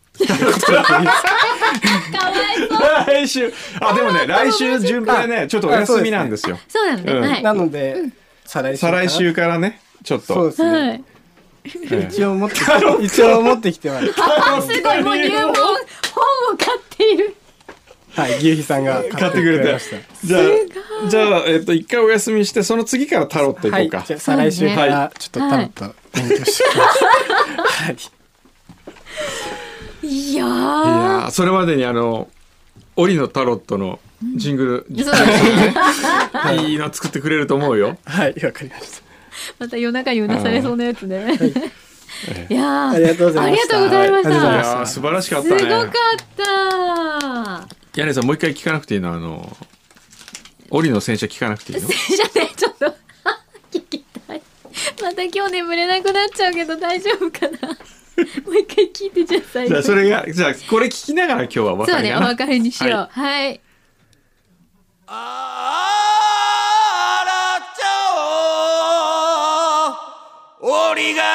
Speaker 3: 来週あでもね来週順平ねちょっとお休みなんですよ
Speaker 2: そうなのね、
Speaker 3: うん
Speaker 2: はい
Speaker 5: なので、再来週。
Speaker 3: 再来。週からねちょっ
Speaker 5: そう
Speaker 3: と
Speaker 5: ですね。
Speaker 2: はい
Speaker 3: ええ
Speaker 5: 一応持って、一応持ってきては、
Speaker 2: あすごいもう入門本を買っている
Speaker 5: はい、牛皮さんが
Speaker 3: 買ってくれて
Speaker 5: ました。
Speaker 3: じゃあじゃあえっと1回お休みしてその次からタロット行
Speaker 5: は
Speaker 3: こう
Speaker 5: い、
Speaker 3: か
Speaker 5: じゃあ再来週からちょっとタロット勉強してきます。 はい。
Speaker 2: いや
Speaker 3: い
Speaker 2: ー
Speaker 3: やーそれまでにあの「オリのタロット」のジングル、
Speaker 2: そうだね。
Speaker 3: いいの作ってくれると思うよ。
Speaker 5: はい、わかりました。
Speaker 2: また夜中にうなされそうなやつ ね。いやー
Speaker 5: ありがとうございました
Speaker 2: ありがとうございまし
Speaker 3: い
Speaker 5: はありがとうござい
Speaker 2: た。
Speaker 5: ます
Speaker 3: やー素晴らしかっ
Speaker 2: す
Speaker 3: た
Speaker 2: ごかっ
Speaker 3: ね。
Speaker 2: た。
Speaker 3: ヤネさんもう一回聞かなくていいのあの、檻の戦車聞かなくていいの
Speaker 2: じゃね、ちょっと聞きたい。また今日眠れなくなっちゃうけど大丈夫かな。もう一回聞いてじゃあ最
Speaker 3: じゃ
Speaker 2: 後。
Speaker 3: あそれが、じゃあこれ聞きながら今日はお別
Speaker 2: そう
Speaker 3: れ
Speaker 2: ね、
Speaker 3: か
Speaker 2: お
Speaker 3: な。
Speaker 2: 別れにしよう。はい。
Speaker 8: あらちゃお檻が